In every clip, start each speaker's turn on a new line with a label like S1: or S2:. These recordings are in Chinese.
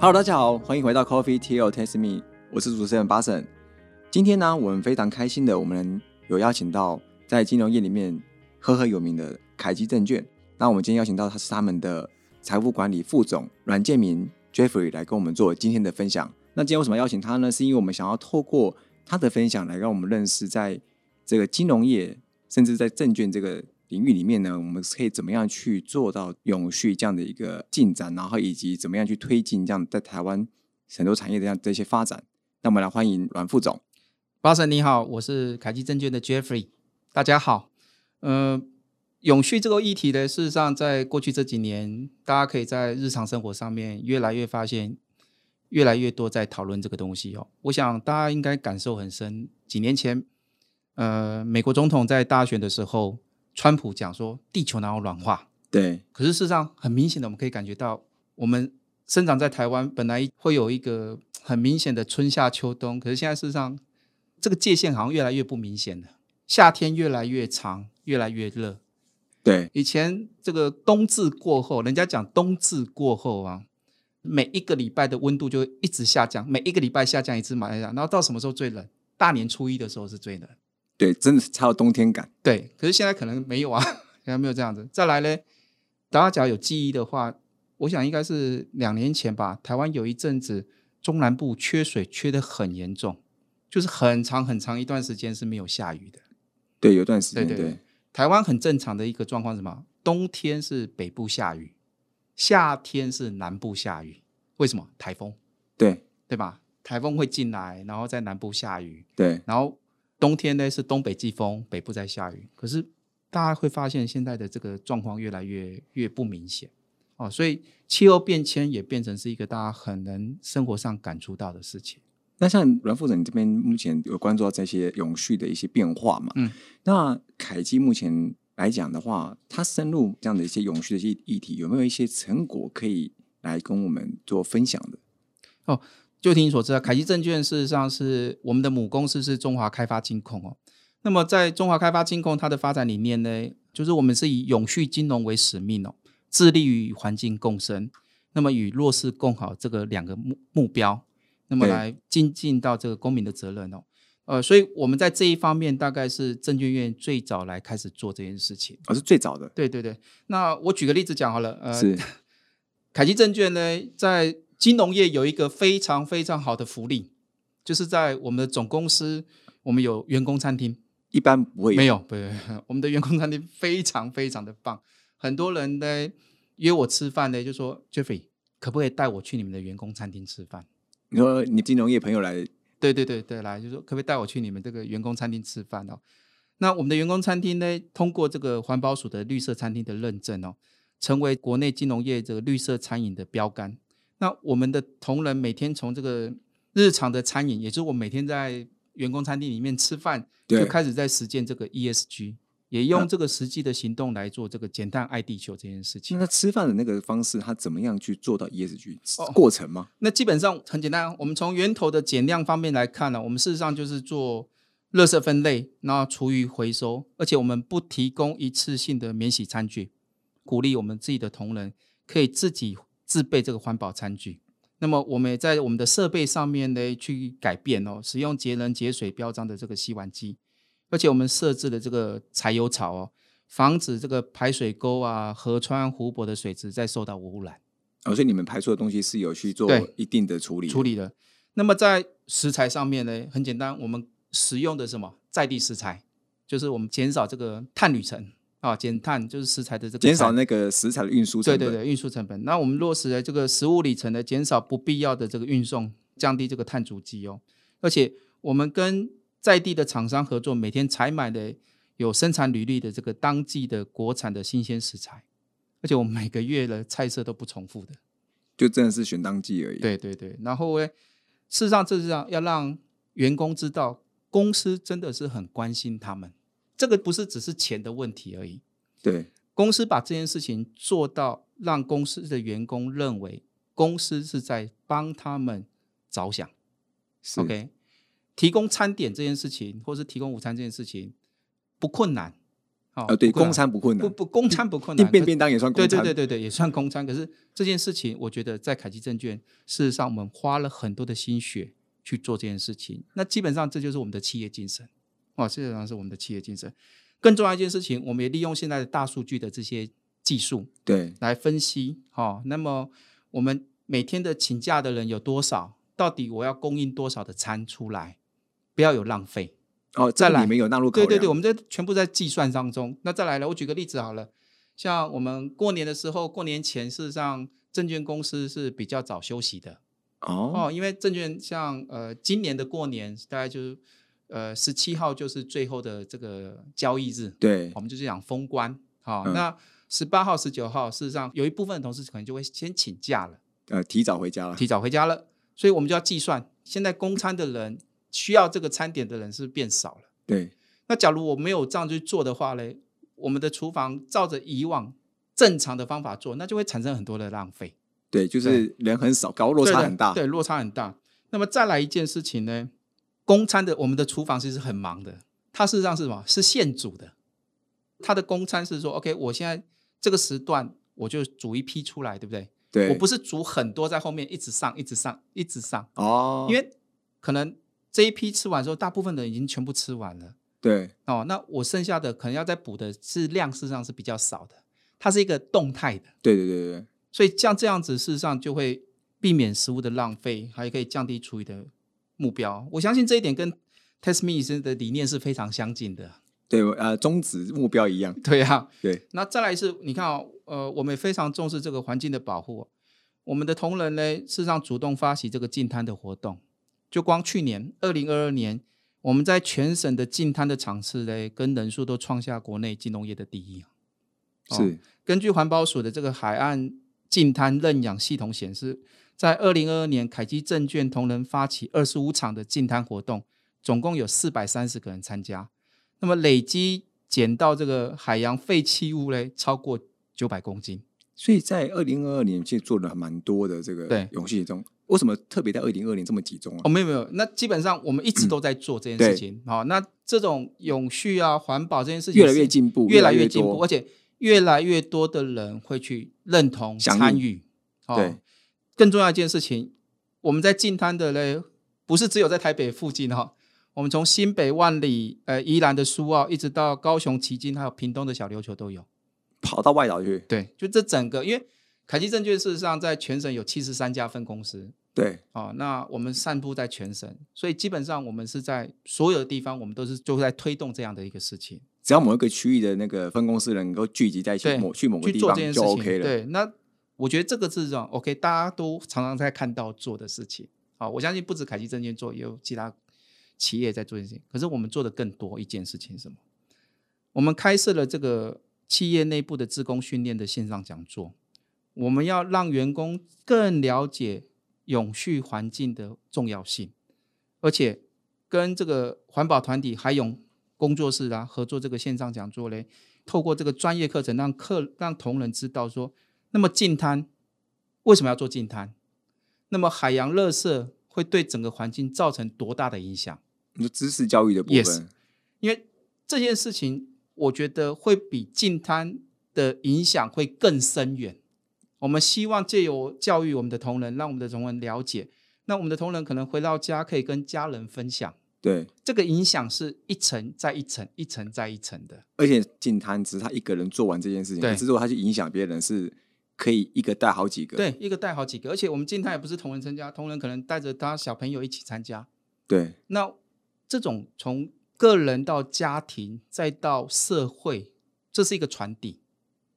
S1: Hello，大家好，欢迎回到 Coffee Tea or Taste Me，我是主持人巴神。今天呢，我们非常开心的，我们有邀请到在金融业里面赫赫有名的凯基证券。那我们今天邀请到他是他们的财富管理副总阮建民 Jeffrey 来跟我们做今天的分享。那今天为什么邀请他呢？是因为我们想要透过他的分享来让我们认识在这个金融业，甚至在证券这个领域里面呢，我们可以怎么样去做到永续这样的一个进展，然后以及怎么样去推进这样在台湾很多产业的这样的一些发展。那我们来欢迎阮副总。
S2: 巴神你好，我是凯基证券的 Jeffrey，大家好。呃，永续这个议题呢，事实上在过去这几年，大家可以在日常生活上面越来越发现，越来越多在讨论这个东西哦。我想大家应该感受很深。几年前，呃，美国总统在大选的时候，川普讲说地球哪有软化，
S1: 对
S2: 可是事实上很明显的，我们可以感觉到，我们生长在台湾本来会有一个很明显的春夏秋冬，可是现在事实上这个界限好像越来越不明显了。夏天越来越长，越来越热。
S1: 对
S2: 以前这个冬至过后，人家讲冬至过后啊，每一个礼拜的温度就一直下降，每一个礼拜下降一次马来亚，然后到什么时候最冷？大年初一的时候是最冷。
S1: 对，真的是才有冬天感。
S2: 对，可是现在可能没有啊， 现在没有这样子。再来呢，大家只要有记忆的话，我想应该是两年前吧，台湾有一阵子中南部缺水缺得很严重，就是很长很长一段时间是没有下雨的。
S1: 对，有一段时间
S2: 对对对台湾很正常的一个状况是什么？冬天是北部下雨，夏天是南部下雨。为什么？台风，
S1: 对
S2: 对吧？台风会进来，然后在南部下雨，
S1: 对
S2: 然后冬天呢是东北季风，北部在下雨。可是大家会发现现在的这个状况越来越越不明显哦，所以气候变迁也变成是一个大家很能生活上感触到的事情。
S1: 那像阮副总，你这边目前有关注到这些永续的一些变化嘛？
S2: 嗯，
S1: 那凯基目前来讲的话，它深入这样的一些永续的一些议题，有没有一些成果可以来跟我们做分享的？
S2: 就听你所知啊，凯基证券事实上是我们的母公司是中华开发金控哦。那么在中华开发金控它的发展理念呢，就是我们是以永续金融为使命哦，致力于与环境共生，那么与弱势共好这个两个目目标，那么
S1: 对
S2: 来精进到这个公民的责任哦。呃，所以我们在这一方面大概是证券院最早来开始做这件事情。
S1: 我、哦是最早的，
S2: 对对对，那我举个例子讲好了，呃，
S1: 是
S2: 凯基证券呢，在金融业有一个非常非常好的福利，就是在我们的总公司，我们有员工餐厅。
S1: 一般不会
S2: 没有，不， 我们的员工餐厅非常非常的棒，很多人呢约我吃饭呢，就说 Jeffrey 可不可以带我去你们的员工餐厅吃饭？
S1: 你说你金融业朋友来，
S2: 对对对对，来就说可不可以带我去你们这个员工餐厅吃饭哦？那我们的员工餐厅呢，通过这个环保署的绿色餐厅的认证哦，成为国内金融业这个绿色餐饮的标杆。那我们的同仁每天从这个日常的餐饮，也就是我每天在员工餐厅里面吃饭，
S1: 对
S2: 就开始在实践这个 ESG，也用这个实际的行动来做这个减碳爱地球这件事情
S1: 那。他吃饭的那个方式，他怎么样去做到 ESG
S2: 哦
S1: 过程吗？
S2: 那基本上很简单，我们从源头的减量方面来看呢、我们事实上就是做垃圾分类，然后厨余回收，而且我们不提供一次性的免洗餐具，鼓励我们自己的同仁可以自己自备这个环保餐具。那么我们也在我们的设备上面呢去改变哦，使用节能节水标章的这个洗碗机，而且我们设置了这个柴油槽哦，防止这个排水沟啊、河川、湖泊的水质再受到污染。
S1: 哦，所以你们排出的东西是有去做
S2: 对
S1: 一定的处理的，
S2: 处理的。那么在食材上面呢，很简单，我们使用的什么在地食材，就是我们减少这个碳旅程啊，减碳就是食材的这个
S1: 减少
S2: 碳
S1: 那个食材的运输成
S2: 对
S1: 本。
S2: 对对运输成本。那我们落实了这个食物里程的减少不必要的这个运送，降低这个碳足迹哦。而且我们跟在地的厂商合作，每天采买的有生产履历的这个当季的国产的新鲜食材，而且我们每个月的菜色都不重复的。
S1: 就真的是选当季而已。
S2: 对对对，然后呢，事实上这是要要让员工知道，公司真的是很关心他们，这个不是只是钱的问题而已。
S1: 对
S2: 公司把这件事情做到，让公司的员工认为公司是在帮他们着想。
S1: 是
S2: OK，提供餐点这件事情，或是提供午餐这件事情不困难哦
S1: 呃，对，
S2: 不困
S1: 公
S2: 难
S1: 餐不困
S2: 不
S1: 难，
S2: 不公餐不困
S1: 订
S2: 难，
S1: 便
S2: 可
S1: 便当也算公
S2: 对
S1: 餐。
S2: 对对对对，也算公餐。可是这件事情，我觉得在凯基证券，事实上我们花了很多的心血去做这件事情。那基本上这就是我们的企业精神，哇，事实上是我们的企业精神。更重要一件事情，我们也利用现在的大数据的这些技术
S1: 对
S2: 来分析，哦，那么我们每天的请假的人有多少？到底我要供应多少的餐出来？不要有浪费。
S1: 哦，
S2: 再
S1: 这
S2: 来
S1: 里面有纳入考
S2: 对
S1: 量。
S2: 对对，我们这全部在计算当中。那再来了，我举个例子好了，像我们过年的时候，过年前事实上证券公司是比较早休息的
S1: 哦
S2: 哦，因为证券像呃今年的过年大概就是呃十七号就是最后的这个交易日，
S1: 对
S2: 我们就是讲封关好，哦
S1: 嗯
S2: 那十八号、十九号，事实上有一部分的同事可能就会先请假了，
S1: 呃，提早回家了。
S2: 提早回家了，所以我们就要计算现在供餐的人需要这个餐点的人是不是变少了。
S1: 对
S2: 那假如我没有这样去做的话嘞，我们的厨房照着以往正常的方法做，那就会产生很多的浪费，
S1: 对，就是人很少，高落差
S2: 对的
S1: 很大。
S2: 对，落差很大。那么再来一件事情呢，公餐的我们的厨房其实很忙的，它事实上是什么？是现煮的。它的公餐是说，OK，我现在这个时段我就煮一批出来，对不对？
S1: 对，
S2: 我不是煮很多在后面一直上、一直上、一直上，
S1: 哦，
S2: 因为可能这一批吃完之后，大部分的人已经全部吃完了。
S1: 对
S2: 哦，那我剩下的可能要再补的是量，事实上是比较少的，它是一个动态的，
S1: 对对对对
S2: 所以像这样子，事实上就会避免食物的浪费，还可以降低厨余的目标。我相信这一点跟 Test Me 医生的理念是非常相近的。
S1: 对，对呃，宗旨目标一样。
S2: 对啊，
S1: 对。
S2: 那再来是，你看哦，呃，我们也非常重视这个环境的保护哦、我们的同仁呢，事实上主动发起这个净滩的活动，就光去年二零二二年，我们在全省的净滩的场次呢，跟人数都创下国内金融业的第一。哦
S1: 是
S2: 根据环保署的这个海岸净滩认养系统显示，在二零二二年，凯基证券同仁发起二十五场的净滩活动，总共有四百三十个人参加。那么累积捡到这个海洋废弃物嘞，超过九百公斤。
S1: 所以在二零二二年其实做了蛮多的这个
S2: 对
S1: 游戏中，为什么特别在二零二年这么集中
S2: 哦，
S1: 啊？
S2: 没有没有，那基本上我们一直都在做这件事情。好、那这种永续啊、环保这件事情
S1: 嗯越来
S2: 是
S1: 越进步，
S2: 越
S1: 来
S2: 来越进步，
S1: 多
S2: 而且越来越多的人会去认同
S1: 响应
S2: 参与。哦、
S1: 对，
S2: 更重要一件事情，我们在近滩的嘞，不是只有在台北附近哈、我们从新北万里、呃宜兰的苏澳，一直到高雄旗津，还有屏东的小琉球都有。
S1: 跑到外岛去。
S2: 对，就这整个，因为凯基证券事实上在全省有七十三家分公司
S1: 对，
S2: 哦，那我们散布在全省，所以基本上我们是在所有的地方，我们都是就在推动这样的一个事情。
S1: 只要某一个区域的那个分公司能够聚集在一起，
S2: 对
S1: 某去某个
S2: 去
S1: 地
S2: 做这
S1: 方
S2: 件
S1: 就
S2: 事情。
S1: OK 了。
S2: 对，那我觉得这个是这种 OK，大家都常常在看到做的事情。好，我相信不止凯基证券做，也有其他企业在做这件事情。可是我们做的更多一件事情是什么？我们开设了这个企业内部的职工训练的线上讲座，我们要让员工更了解永续环境的重要性，而且跟这个环保团体还有工作室啊合作这个线上讲座嘞，透过这个专业课程让客让同仁知道说，那么净滩为什么要做净滩？那么海洋垃圾会对整个环境造成多大的影响？
S1: 你说知识教育的部
S2: Yes
S1: 分，
S2: 因为这件事情，我觉得会比净滩的影响会更深远。我们希望借由教育我们的同仁，让我们的同仁了解，那我们的同仁可能回到家可以跟家人分享，
S1: 对，
S2: 这个影响是一层再一层、一层再一层的。
S1: 而且进摊只是他一个人做完这件事情，
S2: 对
S1: 可是如果他去影响别人，是可以一个带好几个。
S2: 对，一个带好几个，而且我们静态也不是同仁参加，同仁可能带着他小朋友一起参加。
S1: 对
S2: 那这种从个人到家庭再到社会，这是一个传递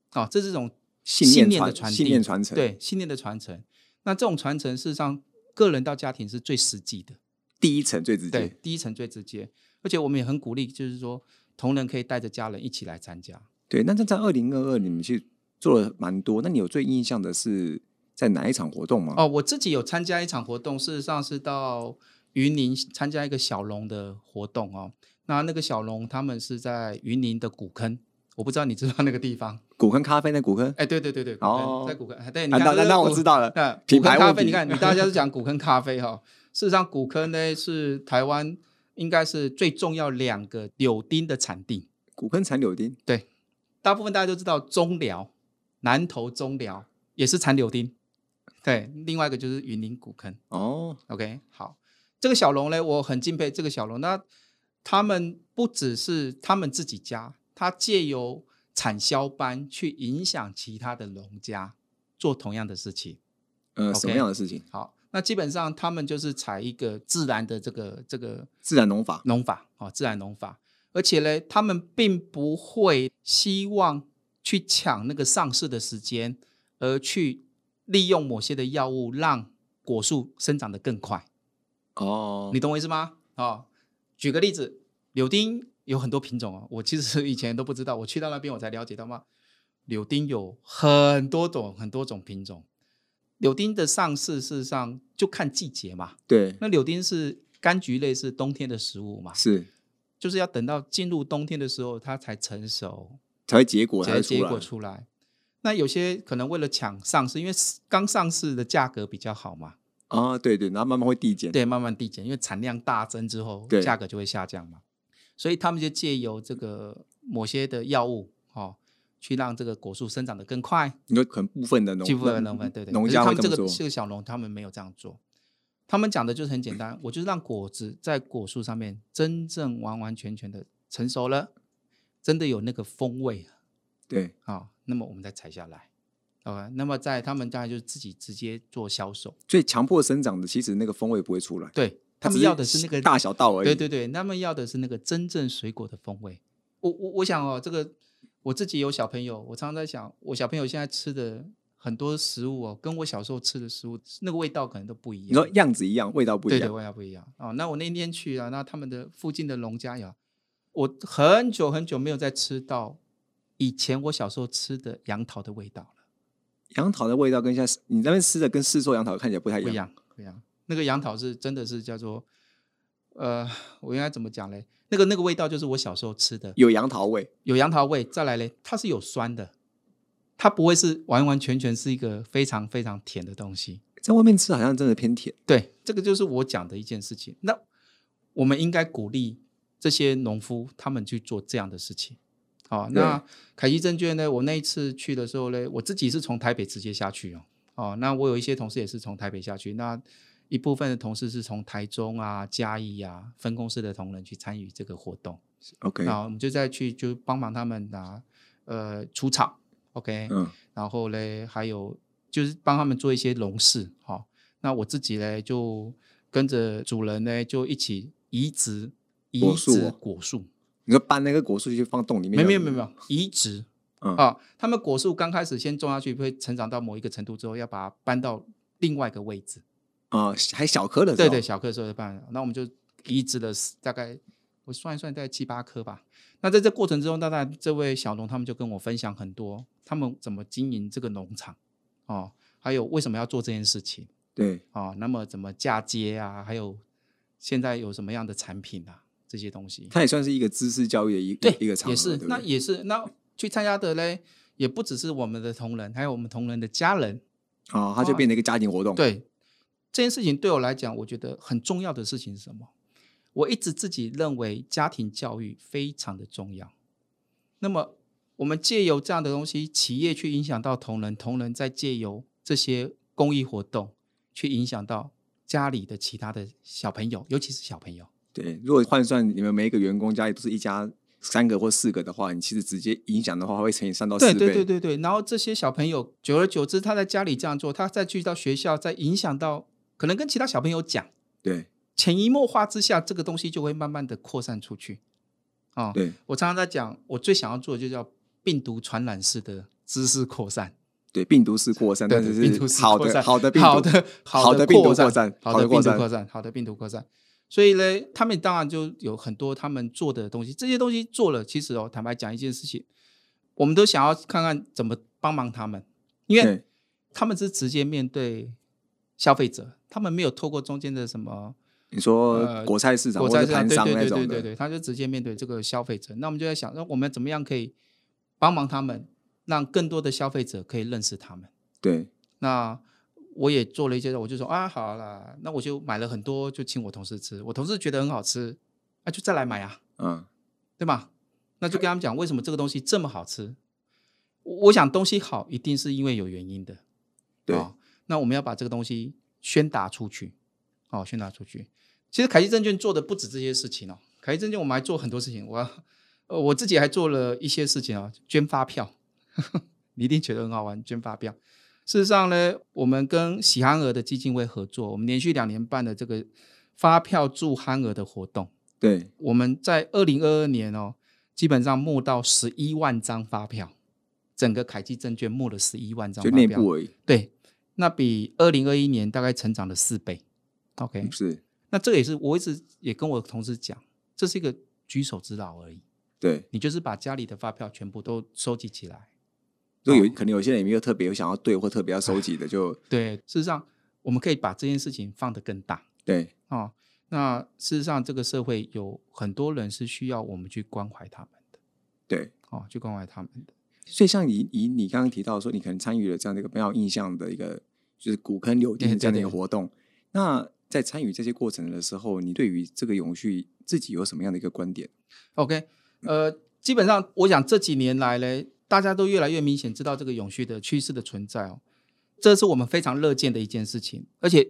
S2: 啊，这是一种
S1: 信
S2: 念的
S1: 传
S2: 传递，
S1: 信念传承，，
S2: 对信念的传承。那这种传承事实上，个人到家庭是最实际的，
S1: 第一层最直
S2: 对
S1: 接，，
S2: 第一层最直接，而且我们也很鼓励，就是说同仁可以带着家人一起来参加。
S1: 对。那在在二零二二你们去做了蛮多，那你有最印象的是在哪一场活动吗？
S2: 哦，我自己有参加一场活动，事实上是到云林参加一个小龙的活动哦。那那个小龙他们是在云林的古坑，我不知道你知道那个地方？
S1: 古坑咖啡那古坑，
S2: 哎，对对对对，古坑、
S1: 哦
S2: 在古坑，哎对，你
S1: 啊，
S2: 看
S1: 那
S2: 这
S1: 那
S2: 个
S1: 那我
S2: 古
S1: 知道了，
S2: 那
S1: 品
S2: 古坑
S1: 牌
S2: 咖
S1: 问
S2: 啡，你
S1: 题
S2: 看，你大家都讲古坑咖啡哈、事实上，古坑呢是台湾应该是最重要两个柳丁的产地。
S1: 古坑残柳丁，
S2: 大部分大家都知道中寮、南投中寮也是产柳丁，对，另外一个就是云林古坑。
S1: 哦，
S2: OK，好，这个小龙呢，我很敬佩这个小龙。那他们不只是他们自己家，他借由产销班去影响其他的农家做同样的事情。
S1: 呃
S2: OK
S1: 什么样的事情？
S2: 好，那基本上他们就是采一个自然的这个这个
S1: 自然农法，
S2: 农法哦，自然农法。而且呢，他们并不会希望去抢那个上市的时间，而去利用某些的药物让果树生长得更快。
S1: 哦
S2: 你，懂我意思吗？哦，举个例子，柳丁有很多品种哦，我其实以前都不知道，我去到那边我才了解到嘛，柳丁有很多种很多种品种。柳丁的上市事实上就看季节嘛，
S1: 对，
S2: 那柳丁是柑橘类，是冬天的食物嘛，
S1: 是
S2: 就是要等到进入冬天的时候它才成熟，
S1: 才会结果才会
S2: 才结
S1: 出来
S2: 果，出来。那有些可能为了抢上市，因为刚上市的价格比较好嘛，
S1: 啊，对对，然后慢慢会递减，
S2: 对，慢慢递减，因为产量大增之后
S1: 对，
S2: 价格就会下降嘛。所以他们就借由这个某些的药物，哦，去让这个果树生长得更快，
S1: 你说可能部分的农
S2: 进步的能分，对对。
S1: 农
S2: 可是
S1: 家
S2: 他
S1: 会
S2: 们
S1: 这
S2: 这
S1: 么
S2: 个
S1: 做，
S2: 这个小农他们没有这样做，他们讲的就是很简单，我就是让果子在果树上面真正完完全全的成熟了，真的有那个风味了
S1: 对，
S2: 啊、那么我们再采下来。OK，那么在他们大概就是自己直接做销售，
S1: 所以强迫生长的其实那个风味不会出来，
S2: 对
S1: 它
S2: 他
S1: 只
S2: 们要的是那个
S1: 大小道而已，
S2: 对对对，他们要的是那个真正水果的风味。我我我想哦，这个我自己有小朋友，我常常在想，我小朋友现在吃的很多食物哦，跟我小时候吃的食物那个味道可能都不一
S1: 你说
S2: 样，
S1: 样子一样，味道不一
S2: 对对，
S1: 样，
S2: 味道不一样哦。那我那天去啊，那他们的附近的农家呀，我很久很久没有再吃到以前我小时候吃的杨桃的味道了，
S1: 杨桃的味道跟现在你那边吃的跟市售杨桃看起来不太一
S2: 不一
S1: 样，
S2: 样不一样。那个杨桃是真的是叫做，呃，我应该怎么讲嘞？那个那个味道就是我小时候吃的
S1: 有杨桃味，
S2: 有杨桃味，再来嘞，它是有酸的，它不会是完完全全是一个非常非常甜的东西。
S1: 在外面吃好像真的偏甜，
S2: 对，这个就是我讲的一件事情。那我们应该鼓励这些农夫他们去做这样的事情。好、那凯基证券呢？我那一次去的时候呢，我自己是从台北直接下去哦。哦，那我有一些同事也是从台北下去，那一部分的同事是从台中啊、嘉义啊分公司的同仁去参与这个活动。
S1: ，OK，
S2: 那我们就再去就帮忙他们拿呃除草，OK，、
S1: 嗯，
S2: 然后嘞还有就是帮他们做一些农事，好、那我自己嘞就跟着主人呢就一起移植移
S1: 果树
S2: 植
S1: 哦
S2: 果树，
S1: 你说搬那个果树去放洞里面，
S2: 没有没有没有没有移植。
S1: 嗯
S2: 啊，他们果树刚开始先种下去，会成长到某一个程度之后，要把它搬到另外一个位置。
S1: 啊，还小颗的时
S2: 对
S1: 候，
S2: 对，小颗的时候就办了。那我们就移植了四大概，我算一算大概七八颗吧。那在这过程之中，当然这位小农他们就跟我分享很多他们怎么经营这个农场哦，还有为什么要做这件事情
S1: 对，
S2: 哦，那么怎么嫁接啊，还有现在有什么样的产品啊这些东西。
S1: 它也算是一个知识教育的一
S2: 对，
S1: 一个场合，
S2: 也是，
S1: 对不
S2: 那
S1: 对
S2: 也是那去参加的嘞，也不只是我们的同仁，还有我们同仁的家人。
S1: 啊，它就变成一个家庭活动，，
S2: 对这件事情对我来讲，我觉得很重要的事情是什么？我一直自己认为家庭教育非常的重要。那么，我们借由这样的东西，企业去影响到同仁，同仁再借由这些公益活动去影响到家里的其他的小朋友，尤其是小朋友。
S1: 对，如果换算你们每一个员工家里都是一家三个或四个的话，你其实直接影响的话会乘以三到四
S2: 对
S1: 倍。
S2: 对对对对，然后这些小朋友，久而久之，他在家里这样做，他再去到学校，再影响到可能跟其他小朋友讲，
S1: 对
S2: 潜移默化之下，这个东西就会慢慢的扩散出去。哦，
S1: 对
S2: 我常常在讲，我最想要做的就叫病毒传染式的知识扩散，
S1: 对病毒是扩散，
S2: 对
S1: 但
S2: 对，
S1: 是
S2: 病毒
S1: 是
S2: 式
S1: 好
S2: 扩
S1: 的
S2: 散，
S1: 好的病毒，
S2: 好的
S1: 好的
S2: 的
S1: 病毒扩
S2: 散
S1: 散，
S2: 好
S1: 好的
S2: 的病
S1: 扩
S2: 毒
S1: 散
S2: 扩散，好的病毒扩散。所以呢，他们当然就有很多他们做的东西，这些东西做了，其实哦，坦白讲一件事情，我们都想要看看怎么帮忙他们，因为
S1: 对
S2: 他们是直接面对消费者，他们没有透过中间的什么。
S1: 你说
S2: 呃
S1: 国菜市场
S2: 我
S1: 或
S2: 在
S1: 者
S2: 这
S1: 盘商
S2: 对
S1: 那
S2: 对
S1: 种
S2: 对对
S1: 的，
S2: 对，他就直接面对这个消费者。那我们就在想，那我们怎么样可以帮忙他们，让更多的消费者可以认识他们？
S1: 对
S2: 那我也做了一些，我就说啊，好啦，那我就买了很多，就请我同事吃，我同事觉得很好吃，那、就再来买啊，
S1: 嗯，
S2: 对吧？那就跟他们讲为什么这个东西这么好吃。我我想东西好一定是因为有原因的，
S1: 对
S2: 哦那我们要把这个东西宣达出去，哦，宣达出去。其实凯基证券做的不止这些事情哦，凯基证券我们还做很多事情，我要呃我自己还做了一些事情啊、捐发票， 你一定觉得很好玩，捐发票。事实上呢，我们跟喜憨儿的基金会合作，我们连续两年办的这个发票助憨儿的活动，
S1: 对，
S2: 我们在二零二二年哦，基本上募到十一万张发票，整个凯基证券募了十一万张
S1: 就
S2: 发
S1: 内
S2: 票，
S1: 部而已，
S2: 对，那比二零二一年大概成长了四倍。OK，
S1: 是，
S2: 那这个也是我一直也跟我的同事讲，这是一个举手之劳而已，
S1: 对。
S2: 你就是把家里的发票全部都收集起来。
S1: 就有可能有些人也没有特别有想要对或特别要收集的，就
S2: 对，事实上我们可以把这件事情放得更大
S1: 对
S2: 哦。那事实上，这个社会有很多人是需要我们去关怀他们的
S1: 对。
S2: 哦，去关怀他们的。
S1: 所以像以以你刚刚提到说，你可能参与了这样的一个蛮有印象的一个就是古坑柳丁的
S2: 对
S1: 这样的一个
S2: 对对
S1: 活动，那在参与这些过程的时候，你对于这个永续自己有什么样的一个观点？
S2: OK，呃，基本上我想这几年来呢，大家都越来越明显知道这个永续的趋势的存在哦，这是我们非常乐见的一件事情，而且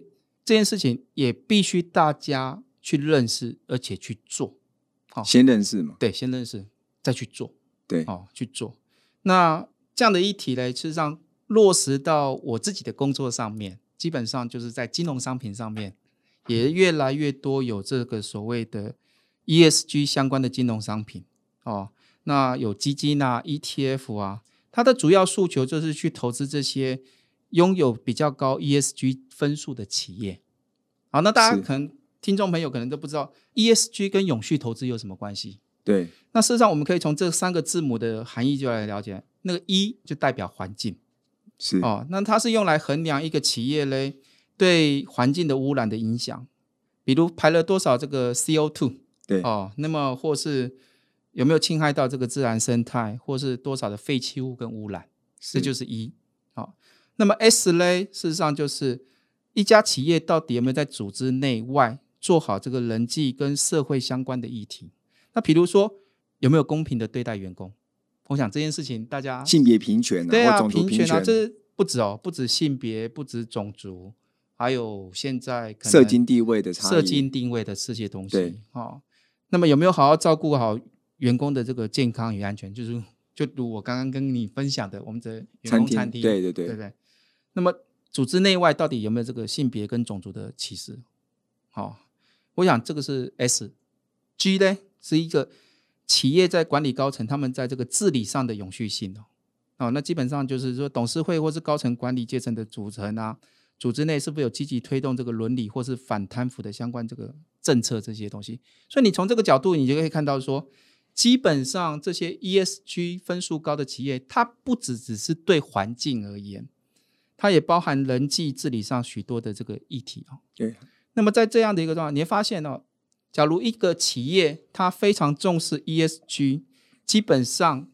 S2: 这件事情也必须大家去认识，而且去做。好
S1: 先认识嘛，
S2: 对，先认识，再去做。
S1: 对
S2: 哦，去做。那这样的议题呢，事实上落实到我自己的工作上面，基本上就是在金融商品上面，也越来越多有这个所谓的 ESG 相关的金融商品哦。那有基金啊、ETF 啊，它的主要诉求就是去投资这些拥有比较高 ESG 分数的企业。好，那大家
S1: 是
S2: 可能听众朋友可能都不知道 ESG 跟永续投资有什么关系。
S1: 对
S2: 那事实上，我们可以从这三个字母的含义就来了解。那个一就代表环境
S1: 是，
S2: 哦，那它是用来衡量一个企业嘞对环境的污染的影响，比如排了多少这个 CO2
S1: 对
S2: 哦，那么或是有没有侵害到这个自然生态，或是多少的废弃物跟污染，这
S1: 嗯
S2: 就是一。好、那么 S 嘞，事实上就是一家企业到底有没有在组织内外做好这个人际跟社会相关的议题。那比如说有没有公平的对待员工？我想这件事情大家
S1: 性别平权
S2: 啊对
S1: 或
S2: 啊，
S1: 种族
S2: 平
S1: 平
S2: 啊，这不止哦，不止性别，不止种族，还有现在可能
S1: 社经地位的差异，
S2: 社经定位的这些东
S1: 对
S2: 西。哦，那么有没有好好照顾好员工的这个健康与安全？就是就如我刚刚跟你分享的，我们的员
S1: 餐
S2: 工
S1: 厅
S2: 餐厅，
S1: 对对对
S2: 对不对？那么组织内外到底有没有这个性别跟种族的歧视？好、我想这个是 S。G 呢是一个企业在管理高层他们在这个治理上的永续性哦。哦，那基本上就是说董事会或是高层管理阶层的组成啊，组织内是不是有积极推动这个伦理或是反贪腐的相关这个政策这些东西？所以你从这个角度，你就可以看到说，基本上这些 ESG 分数高的企业，它不只只是对环境而言，它也包含人际治理上许多的这个议题哦。
S1: 对
S2: 那么在这样的一个状况，你会发现哦，假如一个企业它非常重视 ESG，基本上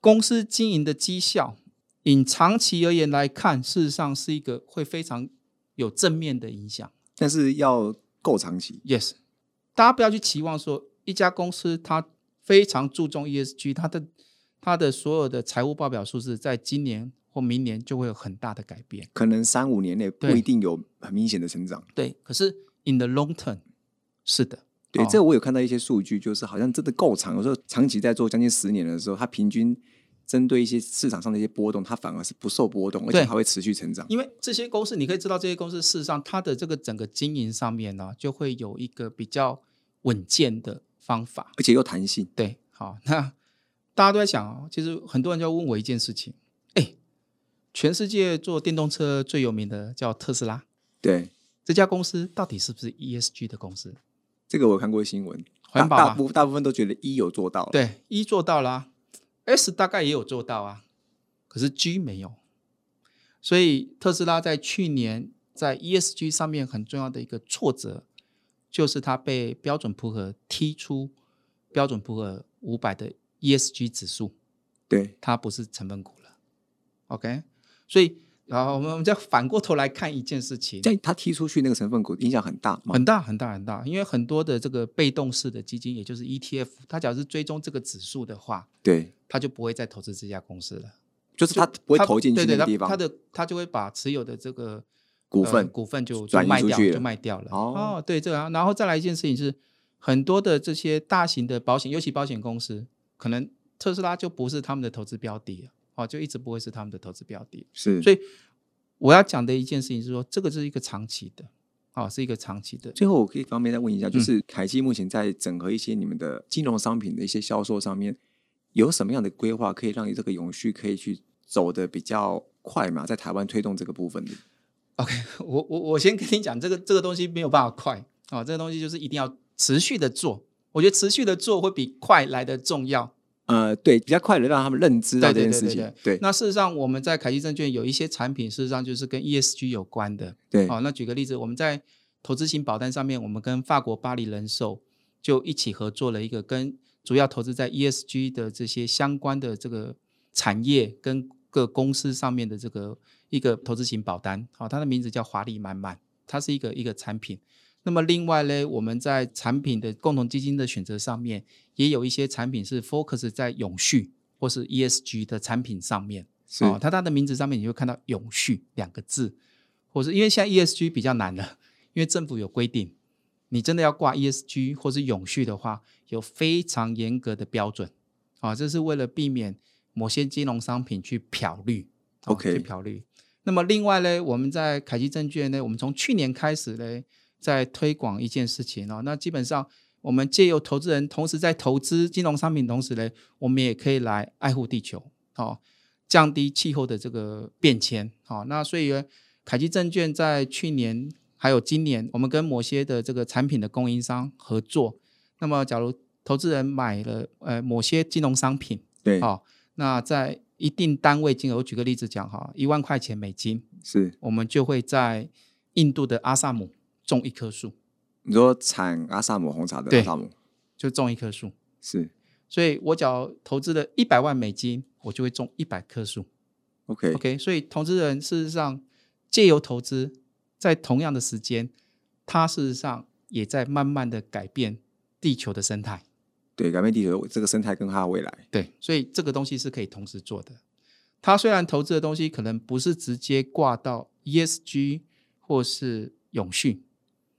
S2: 公司经营的绩效，以长期而言来看，事实上是一个会非常有正面的影响。
S1: 但是要够长期，
S2: Yes，大家不要去期望说一家公司它非常注重 ESG，它的它的所有的财务报表数字在今年或明年就会有很大的改变。
S1: 可能三五年内不
S2: 对
S1: 一定有很明显的成长。
S2: 对，可是 in the long term，是的，
S1: 对，
S2: 哦
S1: 这我有看到一些数据，就是好像真的够长。有时候长期在做将近十年的时候，它平均针对一些市场上的一些波动，它反而是不受波动，而且
S2: 对
S1: 还会持续成长。
S2: 因为这些公司，你可以知道这些公司事实上它的这个整个经营上面呢、就会有一个比较稳健的方法。
S1: 而且又弹性，
S2: 对，好， 那大家都在想哦，其实很多人就要问我一件事情，哎，全世界做电动车最有名的叫特斯拉，
S1: 对
S2: 这家公司到底是不是 ESG 的公司？
S1: 这个我有看过新闻，
S2: 环保
S1: 大大
S2: 啊，
S1: 部大部分都觉得一有做到了，
S2: 对一做到啦、s 大概也有做到啊，可是 G 没有，所以特斯拉在去年在 ESG 上面很重要的一个挫折，就是它被标准普尔踢出标准普尔五百的 ESG 指数，
S1: 对
S2: 它不是成分股了。OK，所以然后我们我们再反过头来看一件事情，
S1: 在他踢出去那个成分股影响很大嘛？
S2: 很大很大很大，因为很多的这个被动式的基金，也就是 ETF，它只要是追踪这个指数的话，
S1: 对，
S2: 它就不会再投资这家公司了。
S1: 就是他不会
S2: 它
S1: 投进去
S2: 对对
S1: 那个
S2: 它
S1: 地方
S2: 它的它就会把持有的这个
S1: 股
S2: 呃
S1: 份。
S2: 股份就就
S1: 转移
S2: 卖
S1: 出
S2: 掉，
S1: 去
S2: 就
S1: 了
S2: 卖掉了。
S1: 哦
S2: 对这个、啊，然后再来一件事情是，很多的这些大型的保险，尤其保险公司，可能特斯拉就不是他们的投资标的了，哦，就一直不会是他们的投资标的。
S1: 是，
S2: 所以我要讲的一件事情是说，这个是一个长期的，哦，是一个长期的。
S1: 最后我可以方便再问一下，就
S2: 嗯
S1: 是凯基目前在整合一些你们的金融商品的一些销售上面，有什么样的规划可以让你这个永续可以去走的比较快嘛？在台湾推动这个部分的，
S2: 我我我先跟你讲，这个这个东西没有办法快啊、哦，这个东西就是一定要持续的做。我觉得持续的做会比快来的重要。
S1: 呃，对，比较快的让他们认知到这
S2: 对对
S1: 件
S2: 对
S1: 事
S2: 对
S1: 情，对
S2: 那事实上，我们在凯基证券有一些产品，事实上就是跟 ESG 有关的。
S1: 对
S2: 好、那举个例子，我们在投资型保单上面，我们跟法国巴黎人寿就一起合作了一个跟主要投资在 ESG 的这些相关的这个产业跟各公司上面的这个一个投资型保单。好、它的名字叫华丽满满，它是一个一个产品。那么另外呢，我们在产品的共同基金的选择上面，也有一些产品是 focus 在永续或是 ESG 的产品上面。
S1: 是
S2: 哦，它它的名字上面你会看到“永续”两个字，或是因为现在 ESG 比较难了，因为政府有规定，你真的要挂 ESG 或是永续的话，有非常严格的标准啊、这是为了避免某些金融商品去漂绿、哦
S1: OK
S2: 去漂绿。那么另外呢，我们在凯基证券呢，我们从去年开始呢，在推广一件事情哦，那基本上。我们借由投资人同时在投资金融商品，同时呢，我们也可以来爱护地球哦，降低气候的这个变迁。好、那所以呢凯基证券在去年还有今年，我们跟某些的这个产品的供应商合作。那么，假如投资人买了呃某些金融商品，
S1: 对，
S2: 好、那在一定单位金额，我举个例子讲哈，一万块钱美金，
S1: 是
S2: 我们就会在印度的阿萨姆种一棵树，
S1: 你说产阿萨姆红茶的
S2: 对
S1: 阿萨姆
S2: 就种一棵树。
S1: 是
S2: 所以我只要投资了一百万美金，我就会种一百棵树。
S1: OK，
S2: OK，所以投资人事实上借由投资，在同样的时间，他事实上也在慢慢的改变地球的生态。
S1: 对，改变地球这个生态跟它的未来，
S2: 对，所以这个东西是可以同时做的。他虽然投资的东西可能不是直接挂到 ESG 或是永续，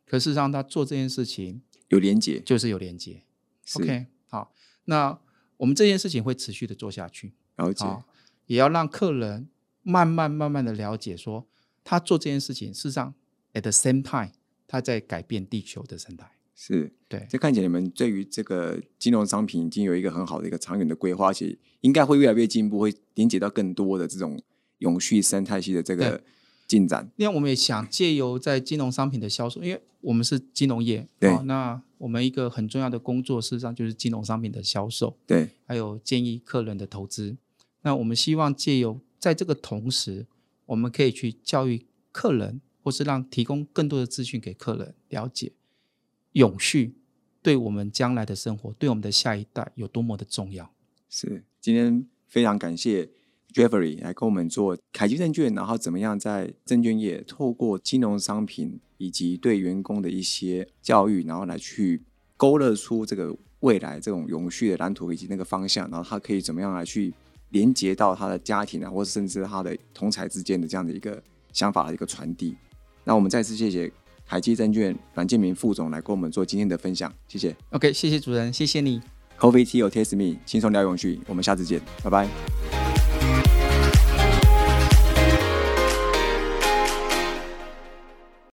S2: 可事实上他做这件事情
S1: 有连结，
S2: 就是有连接。
S1: 是
S2: OK，好，那我们这件事情会持续的做下去。
S1: 了解，
S2: 啊，也要让客人慢慢慢慢的了解说，他做这件事情，事实上 at the same time，他在改变地球的生态。
S1: 是。
S2: 对，
S1: 这看起来你们对于这个金融商品已经有一个很好的一个长远的规划，而且应该会越来越进步，会连接到更多的这种永续生态系的这个
S2: 对
S1: 进展。
S2: 另外我们也想借由在金融商品的销售，因为我们是金融业，
S1: 对
S2: 啊那我们一个很重要的工作，事实上就是金融商品的销售，
S1: 对，
S2: 还有建议客人的投资。那我们希望借由在这个同时，我们可以去教育客人，或是让提供更多的资讯给客人了解，永续对我们将来的生活，对我们的下一代有多么的重要。
S1: 是。今天非常感谢 Jeffrey 来跟我们做凯基证券，然后怎么样在证券业透过金融商品以及对员工的一些教育，然后来去勾勒出这个未来这种永续的蓝图以及那个方向，然后他可以怎么样来去连接到他的家庭啊，或者甚至他的同才之间的这样的一个想法的一个传递。那我们再次谢谢海基证券阮建明副总来跟我们做今天的分享，谢谢。
S2: OK，谢谢主持人，谢谢你。
S1: Coffee Tea or Taste Me，轻松聊永续，我们下次见，拜拜。